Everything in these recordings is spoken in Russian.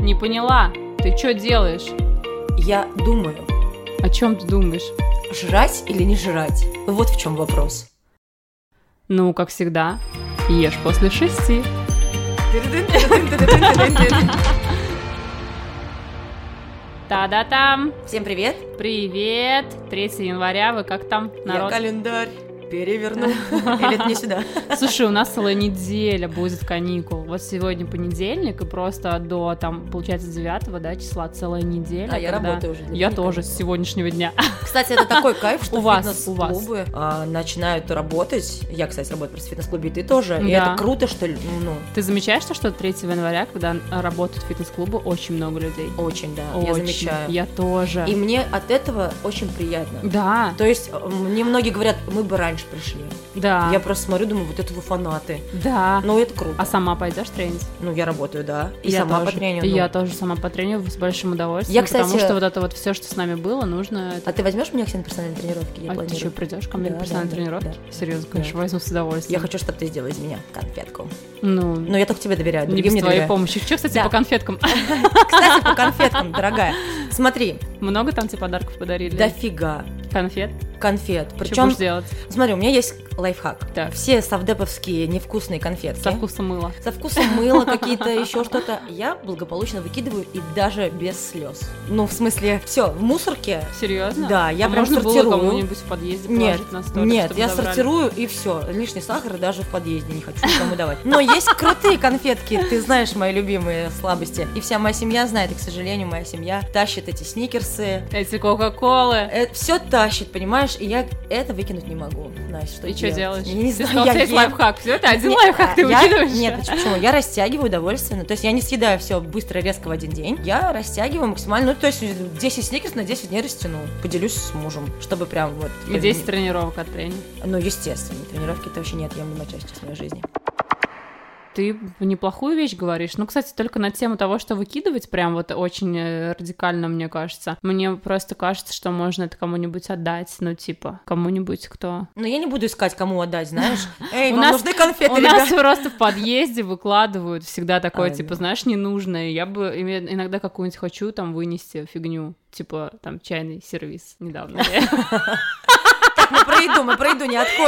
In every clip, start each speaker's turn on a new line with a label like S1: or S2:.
S1: Не поняла. Ты что делаешь?
S2: Я думаю,
S1: О чем ты думаешь?
S2: жрать или не жрать? Вот в чем вопрос.
S1: Ну, как всегда, ешь после шести. Та-да-там!
S2: Всем привет!
S1: Привет! 3 января, вы как там, народ?
S2: Я календарь переверну. Или это не сюда?
S1: Слушай, у нас целая неделя будет каникул. Вот сегодня понедельник, и просто до, там, получается, 9 да, числа целая неделя.
S2: Да, я
S1: когда-
S2: работаю уже. для
S1: Я
S2: меня,
S1: тоже
S2: конечно.
S1: с сегодняшнего дня.
S2: Кстати, это такой кайф, что
S1: У вас,
S2: фитнес-клубы а, начинают работать. Я, кстати, работаю просто в фитнес-клубе, и ты тоже. И
S1: Да.
S2: это круто, что лю- ну,
S1: Ты замечаешь, то, что 3 января, когда работают фитнес-клубы, очень много людей?
S2: очень, да, я
S1: Очень.
S2: замечаю.
S1: Я тоже.
S2: И мне от этого очень приятно.
S1: Да,
S2: То есть, э, мне многие говорят, мы бы раньше пришли.
S1: да,
S2: Я просто смотрю, думаю, вот это вы фанаты.
S1: да.
S2: Ну, это круто.
S1: А сама пойдешь тренить?
S2: Ну, я работаю, да. И
S1: Я
S2: сама
S1: тоже.
S2: по трению.
S1: И
S2: ну.
S1: Я тоже сама по трению с большим удовольствием.
S2: Я, кстати,
S1: Потому что вот это вот все, что с нами было, нужно... это-
S2: А ты возьмешь меня к себе на персональные тренировки?
S1: А
S2: Я
S1: ты
S2: планирую.
S1: что, придешь ко мне
S2: Да,
S1: на персональные
S2: да, да,
S1: тренировки? Серьезно, конечно,
S2: Да.
S1: возьму с удовольствием.
S2: Я хочу, чтобы ты сделала из меня конфетку.
S1: Ну,
S2: Но я только тебе доверяю,
S1: не
S2: другим
S1: без
S2: не
S1: твоей
S2: доверяю.
S1: помощи. Что, кстати,
S2: Да.
S1: по конфеткам?
S2: Кстати, по конфеткам, дорогая. Смотри,
S1: Много там тебе подарков подарили?
S2: дофига
S1: Конфет?
S2: конфет.
S1: Что
S2: Причем,
S1: будешь делать?
S2: смотри, у меня есть лайфхак.
S1: Так.
S2: Все совдеповские невкусные конфетки.
S1: Со вкусом мыла.
S2: со вкусом мыла, какие-то еще что-то, я благополучно выкидываю и даже без слез. Ну, в смысле, все, в мусорке.
S1: Серьезно?
S2: Да, я
S1: а
S2: прям
S1: можно
S2: сортирую.
S1: было кому-нибудь в подъезде
S2: Нет,
S1: положить на столик,
S2: нет,
S1: чтобы
S2: я
S1: забрали?
S2: сортирую и все. Лишний сахар даже в подъезде не хочу никому давать. Но есть крутые конфетки, ты знаешь мои любимые слабости. И вся моя семья знает, и, к сожалению, моя семья тащит эти сникерсы.
S1: Эти кока-колы.
S2: Это все тащит, понимаешь, и я это выкинуть не могу. Настя, что
S1: И что делаешь?
S2: Я не
S1: Ты
S2: знаю,
S1: сказал,
S2: я
S1: что есть
S2: ем.
S1: лайфхак. Все, это один
S2: Не,
S1: лайфхак
S2: а,
S1: ты
S2: я-
S1: выкидываешь.
S2: Нет, почему? Я растягиваю довольственно. То есть я не съедаю все быстро, резко в один день. Я растягиваю максимально. Ну, то есть 10 сникерс на 10 дней растяну. Поделюсь с мужем, чтобы прям вот...
S1: И 10 тренировок от тренинга.
S2: Ну, естественно, тренировки-то вообще неотъемлемая часть сейчас моей жизни.
S1: Ты неплохую вещь говоришь. Ну, кстати, только на тему того, что выкидывать, прям вот очень э, радикально, мне кажется. Мне просто кажется, что можно это кому-нибудь отдать, ну, типа, кому-нибудь, кто...
S2: Но Ну, я не буду искать, кому отдать, знаешь. Эй,
S1: У
S2: вам
S1: нас-
S2: нужны конфеты,
S1: У нас
S2: ребят?
S1: просто в подъезде выкладывают всегда такое,
S2: А,
S1: типа,
S2: да.
S1: знаешь, ненужное. Я бы име- иногда какую-нибудь хочу там вынести фигню, типа, там, чайный сервис недавно.
S2: Мы про еду, мы про еду не
S1: Я его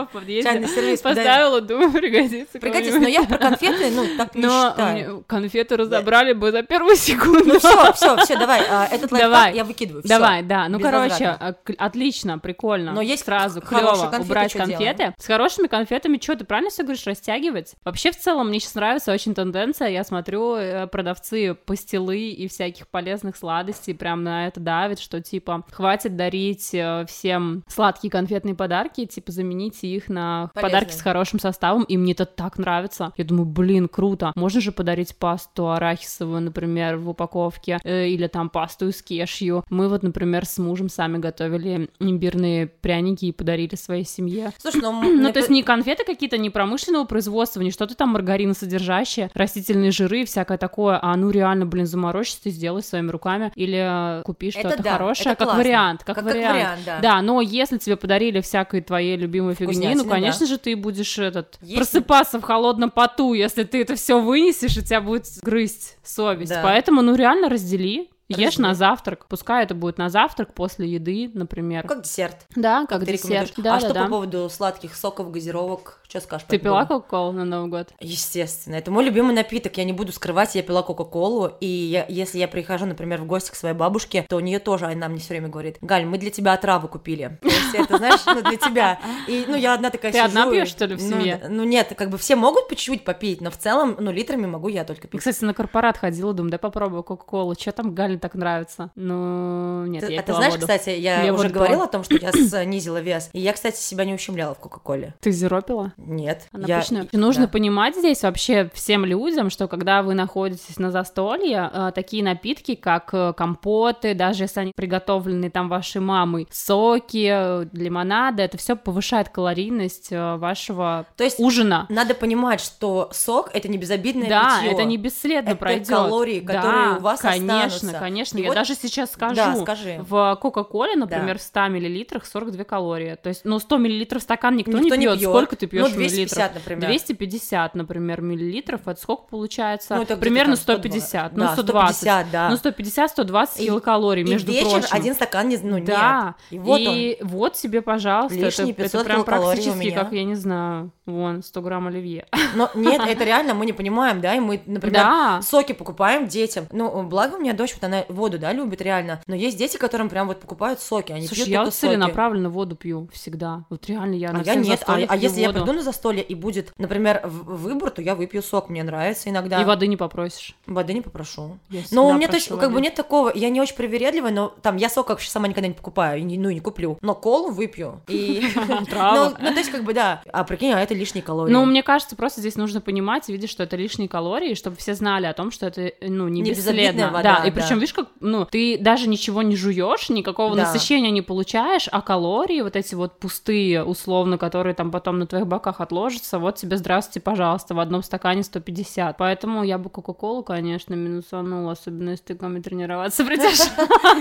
S2: отходим.
S1: в подъезде
S2: Чайный сервис подари.
S1: поставила, думаю, пригодится.
S2: Пригодится, но
S1: кому-нибудь.
S2: я про конфеты, ну, так не
S1: Но
S2: считаю.
S1: мне конфеты разобрали бы за первую секунду.
S2: Ну все, все, все, давай, а, этот
S1: Давай.
S2: лайфхак я выкидываю. всё.
S1: Давай, да. Ну,
S2: Безвозвратно.
S1: короче, а, к- отлично, прикольно.
S2: Но есть
S1: сразу
S2: х- хорошие
S1: клево
S2: конфеты,
S1: убрать
S2: чё
S1: конфеты. С хорошими конфетами что, ты правильно все говоришь, растягивать? Вообще, в целом, мне сейчас нравится очень тенденция. Я смотрю, э, продавцы пастилы и всяких полезных сладостей прям на это давят, что, типа, хватит дарить э, всем сладкие конфетные подарки, типа, замените их на
S2: Полезные.
S1: подарки с хорошим составом, и мне это так нравится. Я думаю, блин, круто. Можно же подарить пасту арахисовую, например, в упаковке, э, или там пасту с кешью. Мы вот, например, с мужем сами готовили имбирные пряники и подарили своей семье.
S2: Слушай, ну...
S1: Ну,
S2: мне
S1: то есть
S2: ка-
S1: не конфеты какие-то не промышленного производства, не что-то там маргариносодержащее, растительные жиры и всякое такое, а ну реально, блин, заморочишься, сделай своими руками или э, купи
S2: Это
S1: что-то
S2: да,
S1: хорошее,
S2: это
S1: как
S2: классно.
S1: вариант, как,
S2: Как- как
S1: вариант.
S2: вариант, да.
S1: но если тебе подарили всякой твоей любимой фигни, ну,
S2: Вкуснятины,
S1: конечно же, ты будешь этот,
S2: Есть-
S1: просыпаться в холодном поту, если ты это все вынесешь, и тебя будет грызть совесть.
S2: Да.
S1: Поэтому, ну, реально раздели. Ешь
S2: Раздели.
S1: на завтрак, пускай это будет на завтрак после еды, например.
S2: Как десерт.
S1: Да, как,
S2: Ты
S1: десерт.
S2: рекомендуешь.
S1: Да, да,
S2: а что
S1: да.
S2: по поводу сладких соков, газировок? Что скажешь? по
S1: Ты
S2: этому
S1: пила
S2: поводу?
S1: кока-колу на Новый год?
S2: Естественно, это мой любимый напиток, я не буду скрывать, я пила Кока-Колу, и я- если я прихожу, например, в гости к своей бабушке, то у нее тоже она мне все время говорит, Галь, мы для тебя отравы купили, то есть это, знаешь, ну, для тебя, и, ну, я одна такая
S1: Ты
S2: сижу
S1: одна
S2: и-
S1: пьёшь, что ли, в
S2: ну,
S1: семье?
S2: да. Ну, нет, как бы все могут по чуть-чуть попить, но в целом, ну, литрами могу я только
S1: Я,
S2: пить.
S1: кстати, на корпорат ходила, думаю, да попробую Кока-Колу. Че там Гале так нравится? Ну, нет,
S2: Ты-
S1: я
S2: а ты
S1: пила
S2: знаешь,
S1: воду.
S2: кстати, я,
S1: Я
S2: уже
S1: воду
S2: говорила о том, что я снизила вес, и я, кстати, себя не ущемляла в Кока-Коле.
S1: Ты зеропила?
S2: Нет.
S1: Она
S2: я...
S1: пышная. Нужно
S2: да.
S1: понимать здесь вообще всем людям, что когда вы находитесь на застолье, э, такие напитки, как э, компоты, даже если они приготовлены там вашей мамой, соки, э, лимонады, это все повышает калорийность э, вашего
S2: То есть
S1: ужина.
S2: надо понимать, что сок это не безобидное
S1: Да,
S2: питьё.
S1: это не бесследно
S2: Это
S1: пройдет.
S2: калории, которые
S1: да,
S2: у вас
S1: конечно,
S2: останутся.
S1: конечно.
S2: И
S1: Я
S2: вот-
S1: даже сейчас скажу.
S2: Да, скажи.
S1: В Кока-Коле, например, в 100 миллилитрах 42 калории. То есть, ну, 100 миллилитров стакан никто,
S2: Никто
S1: не
S2: не
S1: пьет.
S2: пьёт.
S1: Сколько ты
S2: Ну
S1: пьешь 200 миллилитров.
S2: 250, например.
S1: 250, например, миллилитров, это сколько получается?
S2: Ну, это где-то
S1: Примерно
S2: там
S1: 150,
S2: 120,
S1: ну,
S2: да,
S1: 120.
S2: 150, да.
S1: Ну, 150-120
S2: И-
S1: килокалорий,
S2: И
S1: между
S2: вечер
S1: прочим.
S2: один стакан не... Ну, нет.
S1: да,
S2: И вот
S1: и вот тебе, пожалуйста, это,
S2: Лишние
S1: это
S2: 500
S1: прям
S2: килокалорий у
S1: практически,
S2: меня.
S1: как, я не знаю, вон, 100 грамм оливье.
S2: Но нет, это реально мы не понимаем, да, и мы, например,
S1: Да,
S2: соки покупаем детям. Ну, благо у меня дочь, вот она воду, да, любит реально. Но есть дети, которым прям вот покупают соки, они
S1: слушай,
S2: пьют
S1: я
S2: только
S1: вот
S2: соки.
S1: целенаправленно воду пью всегда. Вот реально я на
S2: А я
S1: всех
S2: нет, а,
S1: застольях
S2: а
S1: пью
S2: если я
S1: воду.
S2: приду на застолье и будет, например, в- выбор, то я выпью сок, мне нравится иногда.
S1: И воды не попросишь.
S2: Воды не попрошу.
S1: Я
S2: Но у
S1: всегда
S2: меня
S1: прошу
S2: точно, как бы
S1: воды.
S2: нет такого, я не очень привередливая, но там я сок вообще сама никогда не покупаю, и не- ну и не куплю. Но колу выпью. И...
S1: Травы.
S2: Ну, ну, то есть, как бы, да. А прикинь, а это лишние калории.
S1: Ну, мне кажется, просто здесь нужно понимать и видеть, что это лишние калории, чтобы все знали о том, что это, ну, не,
S2: Не безобидная
S1: бесследно.
S2: вода,
S1: да, и
S2: да.
S1: причем, видишь, как, ну, ты даже ничего не жуешь, никакого
S2: Да.
S1: насыщения не получаешь, а калории вот эти вот пустые, условно, которые там потом на твоих боках отложатся, вот тебе здравствуйте, пожалуйста, в одном стакане 150. Поэтому я бы Кока-Колу, конечно, минусанула, особенно если ты ко мне тренироваться придешь.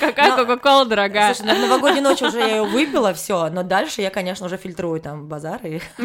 S1: Какая
S2: Но-
S1: Кока-Кола дорогая.
S2: Слушай, ну, в новогоднюю ночь уже я ее выпила, все, но дальше я, конечно, уже фильтрую там базары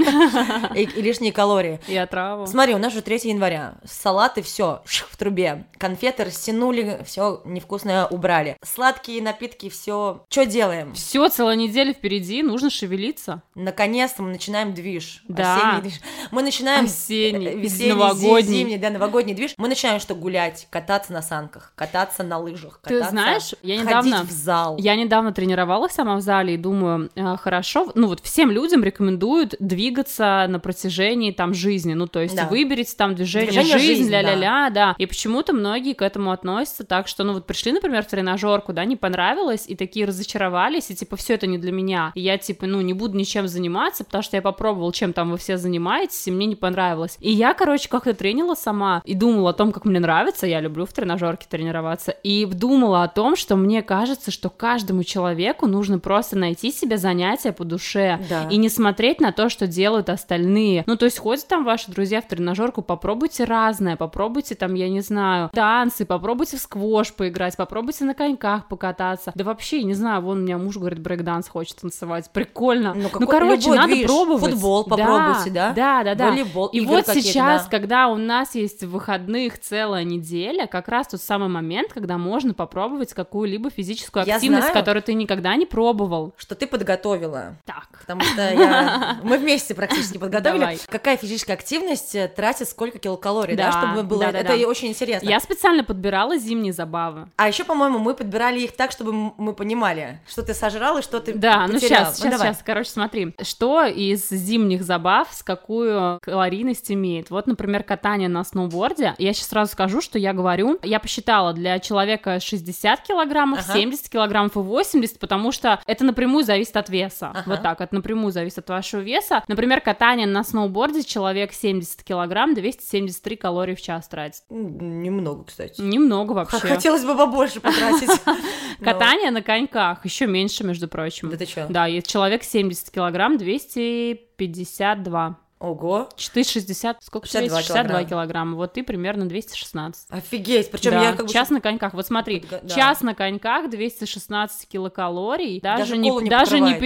S2: и, и лишние калории.
S1: И отраву.
S2: Смотри, у нас же 3 января. Салаты все в трубе. Конфеты растянули, все невкусное убрали. Сладкие напитки, все. Что делаем?
S1: Все, целая неделя впереди, нужно шевелиться.
S2: Наконец-то мы начинаем движ.
S1: Да.
S2: Осенний движ. Мы начинаем с-
S1: Осенний,
S2: э,
S1: из
S2: весенний, зи-
S1: новогодний.
S2: зимний, да, новогодний движ. Мы начинаем что гулять, кататься на санках, кататься на лыжах,
S1: Ты
S2: кататься-
S1: знаешь, я
S2: ходить
S1: недавно...
S2: в зал.
S1: Я недавно тренировалась сама в зале и думаю, э, хорошо, ну вот всем людям рекомендуют двигаться на протяжении там жизни, ну то есть
S2: Да.
S1: выберите там движение,
S2: Движение
S1: жизнь,
S2: жизнь,
S1: ля-ля-ля, да. И почему-то многие к этому относятся так, что ну вот пришли, например, в тренажерку, да, не понравилось, и такие разочаровались, и типа все это не для меня, и я типа, ну не буду ничем заниматься, потому что я попробовал, чем там вы все занимаетесь, и мне не понравилось. И я, короче, как-то тренила сама и думала о том, как мне нравится, я люблю в тренажерке тренироваться, и думала о том, что мне кажется, что каждому человеку нужно просто найти себе занятие по душе,
S2: Да.
S1: и не смотреть на то, что делают остальные. Ну, то есть ходят там ваши друзья в тренажерку, попробуйте разное, попробуйте там, я не знаю, танцы, попробуйте в сквош поиграть, попробуйте на коньках покататься. Да вообще, не знаю, вон у меня муж говорит, брейкданс хочет танцевать, прикольно. Ну,
S2: Ну, какой-
S1: короче,
S2: любой
S1: надо
S2: движ.
S1: пробовать.
S2: Футбол
S1: Да,
S2: попробуйте, да?
S1: Да, да, да.
S2: Волейбол,
S1: И
S2: игр
S1: вот
S2: каких-то,
S1: сейчас,
S2: да.
S1: когда у нас есть в выходных целая неделя, как раз тот самый момент, когда можно попробовать какую-либо физическую
S2: Я
S1: активность,
S2: знаю.
S1: которую ты никогда не пробовал.
S2: Что ты подготовила.
S1: Так.
S2: Потому что я... мы вместе практически подготовили.
S1: Давай.
S2: Какая физическая активность э, тратит сколько килокалорий, да,
S1: Да,
S2: чтобы было.
S1: да-да-да.
S2: Это и очень интересно.
S1: Я специально подбирала зимние забавы.
S2: А еще, по-моему, мы подбирали их так, чтобы м- мы понимали, что ты сожрал и что ты
S1: Да, ну
S2: потерял.
S1: сейчас, сейчас,
S2: давай.
S1: сейчас, короче, смотри, что из зимних забав с какую калорийность имеет. Вот, например, катание на сноуборде. Я сейчас сразу скажу, что я говорю. Я посчитала для человека 60 килограммов,
S2: Ага.
S1: 70 килограммов и 80, потому что это напрямую зависит от веса.
S2: Ага.
S1: Вот так, это напрямую зависит от вашего веса. Например, катание на сноуборде человек 70 килограмм, 273 калории в час тратит.
S2: М, Немного, кстати.
S1: Немного вообще.
S2: Х- Хотелось бы побольше потратить. но-
S1: Катание на коньках еще меньше, между прочим.
S2: Да ты что?
S1: Да, и человек 70 килограмм, 252.
S2: Ого.
S1: Ты 60, сколько
S2: 62
S1: 62 62
S2: килограмма.
S1: килограмма, вот ты примерно 216.
S2: Офигеть. Причем
S1: Да,
S2: я как бы...
S1: час на коньках. Вот смотри,
S2: Подго- да.
S1: час на коньках 216 килокалорий, даже,
S2: Даже
S1: не,
S2: колу не
S1: даже не
S2: покрывает.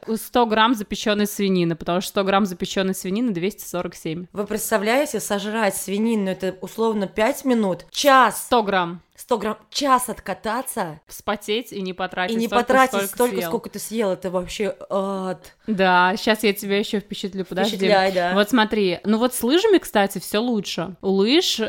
S1: перекроет 100 грамм запеченной свинины, потому что 100 грамм запеченной свинины 247.
S2: Вы представляете, сожрать свинину, это условно 5 минут, час,
S1: 100 грамм
S2: 100 грамм, час откататься
S1: вспотеть и не потратить
S2: и не
S1: столько,
S2: потратить
S1: сколько
S2: столько,
S1: съел.
S2: сколько ты съел, это вообще ад.
S1: Да, сейчас я тебя еще впечатлю, подожди.
S2: Впечатляй, да.
S1: Вот смотри, ну вот с лыжами, кстати, все лучше. У лыж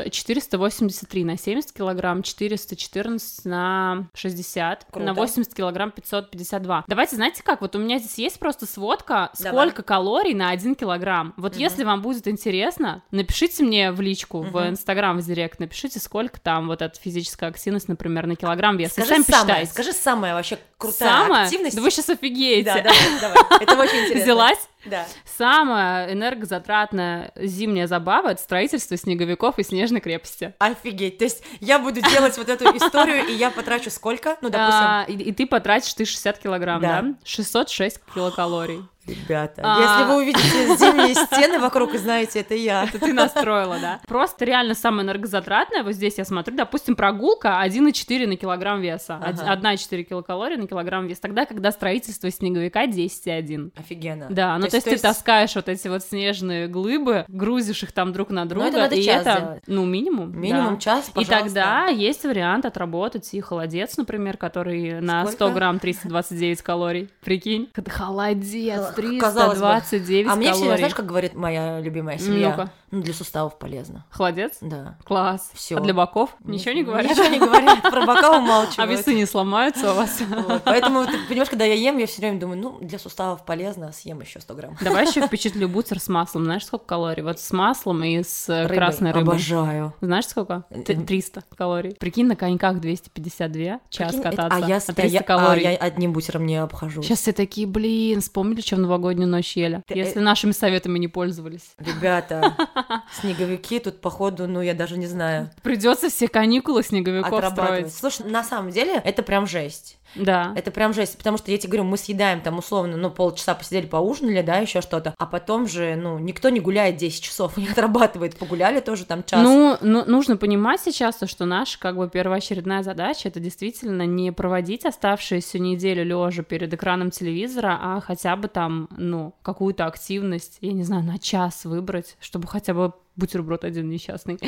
S1: 483 на 70 килограмм, 414 на 60,
S2: Круто.
S1: на 80 килограмм 552. Давайте, знаете как, вот у меня здесь есть просто сводка,
S2: Давай.
S1: сколько калорий на 1 килограмм. Вот
S2: Мгм.
S1: если вам будет интересно, напишите мне в личку, в
S2: Мгм.
S1: Инстаграм, в Директ, напишите, сколько там вот эта физическая активность, например, на килограмм веса. И
S2: Скажи
S1: сами
S2: самое,
S1: посчитайте.
S2: скажи самая вообще крутая
S1: Самое?
S2: активность.
S1: Да вы сейчас офигеете.
S2: Да, давай, давай. Это очень интересно.
S1: Взялась?
S2: Да.
S1: Самая энергозатратная зимняя забава это строительство снеговиков и снежной крепости.
S2: Офигеть. То есть я буду делать вот эту историю, и я потрачу сколько? Ну, допустим...
S1: А, и, и ты потратишь ты 60 килограмм, да?
S2: Да.
S1: 606 килокалорий.
S2: Ребята,
S1: А.
S2: если вы увидите зимние стены вокруг и знаете, это я.
S1: Это ты настроила, да? Просто реально самое энергозатратное, вот здесь я смотрю, допустим, прогулка 1,4 на килограмм веса. Од-
S2: Ага.
S1: 1,4 килокалории на килограмм вес. Тогда, когда строительство снеговика 10,1.
S2: Офигенно.
S1: Да, ну то, есть, ты таскаешь вот эти вот снежные глыбы, грузишь их там друг на друга,
S2: Ну, это надо
S1: и
S2: час
S1: это,
S2: делать.
S1: ну, минимум. да.
S2: Минимум час, пожалуйста.
S1: И тогда есть вариант отработать и холодец, например, который на 100
S2: Сколько?
S1: грамм 329 калорий. Прикинь. Х- Холодец
S2: Х- казалось бы.
S1: 329
S2: А мне всегда,
S1: калорий.
S2: знаешь, как говорит моя любимая семья?
S1: Ну-ка.
S2: Ну, для суставов полезно.
S1: Холодец?
S2: Да.
S1: Класс.
S2: Всё.
S1: А для боков? Ничего не говоришь?
S2: Ничего не говорят. Про бока умалчивают.
S1: А весы не сломаются у вас?
S2: Вот, Поэтому, ты понимаешь, когда я ем, я все время думаю, ну, для суставов полезно, съем еще 100 грамм.
S1: Давай еще впечатлю бутер с маслом. Знаешь, сколько калорий? Вот с маслом и с э,
S2: Рыбой.
S1: красной рыбой.
S2: Обожаю.
S1: Знаешь, сколько? Т-
S2: Мгм.
S1: 300 калорий. Прикинь, на коньках 252, час
S2: Прикинь, это-
S1: кататься,
S2: А я, с-
S1: а
S2: а
S1: 300
S2: я- а
S1: калорий.
S2: я одним бутером не обхожу.
S1: Сейчас все такие, блин, вспомнили, что в новогоднюю ночь ели.
S2: Ты- э,
S1: Если нашими советами не пользовались.
S2: Ребята, снеговики тут, походу, ну, я даже не знаю,
S1: Придется все каникулы снеговиков
S2: отрабатывать.
S1: строить.
S2: Слушай, на самом деле, это прям жесть.
S1: Да.
S2: Это прям жесть, потому что я тебе говорю, мы съедаем там условно, ну, полчаса посидели, поужинали, да, еще что-то, а потом же, ну, никто не гуляет 10 часов, не отрабатывает, погуляли тоже там час.
S1: Ну, ну, нужно понимать сейчас, то, что наша как бы первоочередная задача это действительно не проводить оставшуюся неделю лежа перед экраном телевизора, а хотя бы там, ну, какую-то активность, я не знаю, на час выбрать, чтобы хотя бы бутерброд один несчастный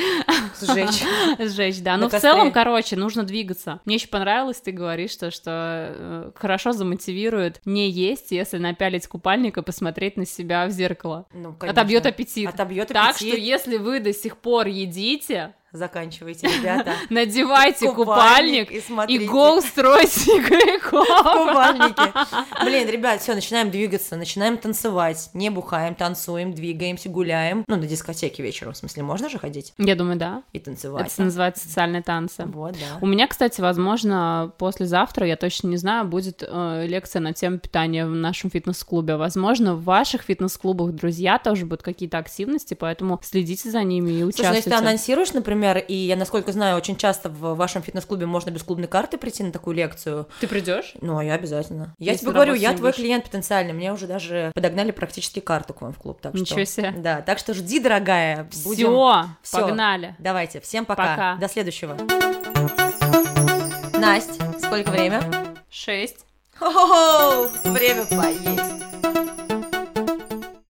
S2: сжечь.
S1: сжечь, да.
S2: На
S1: Ну, в
S2: костре.
S1: целом, короче, нужно двигаться. Мне еще понравилось, ты говоришь, то, что э, хорошо замотивирует не есть, если напялить купальник и посмотреть на себя в зеркало.
S2: Ну,
S1: Отобьет
S2: конечно.
S1: аппетит.
S2: Отобьет
S1: Так что,
S2: аппетит.
S1: если вы до сих пор едите,
S2: Заканчивайте, ребята.
S1: надевайте купальник
S2: и
S1: и
S2: смотрите.
S1: go строить снеговиков.
S2: Купальники. Блин, ребят, все, начинаем двигаться, начинаем танцевать, не бухаем, танцуем, двигаемся, гуляем. Ну, на дискотеке вечером, в смысле, можно же ходить
S1: Я думаю, да.
S2: и танцевать.
S1: Это называется социальные танцы.
S2: Вот, да.
S1: У меня, кстати, возможно, послезавтра, я точно не знаю, будет э, лекция на тему питания в нашем фитнес-клубе. Возможно, в ваших фитнес-клубах, друзья, тоже будут какие-то активности, поэтому следите за ними и
S2: Слушай, ну,
S1: участвуйте.
S2: если ты анонсируешь, например, и я, насколько знаю, очень часто в вашем фитнес-клубе можно без клубной карты прийти на такую лекцию,
S1: Ты придешь?
S2: ну, а я обязательно. Я
S1: Если
S2: тебе говорю,
S1: работать
S2: я
S1: не
S2: твой
S1: будешь.
S2: клиент потенциальный, мне уже даже подогнали практически карту к вам в клуб, так
S1: Ничего
S2: что...
S1: себе.
S2: Да, так что жди, дорогая. будем-
S1: Все,
S2: Всё.
S1: погнали.
S2: Давайте, всем пока.
S1: Пока.
S2: До следующего. Настя, сколько время?
S1: Шесть.
S2: Хо-хо-хо! Время поесть.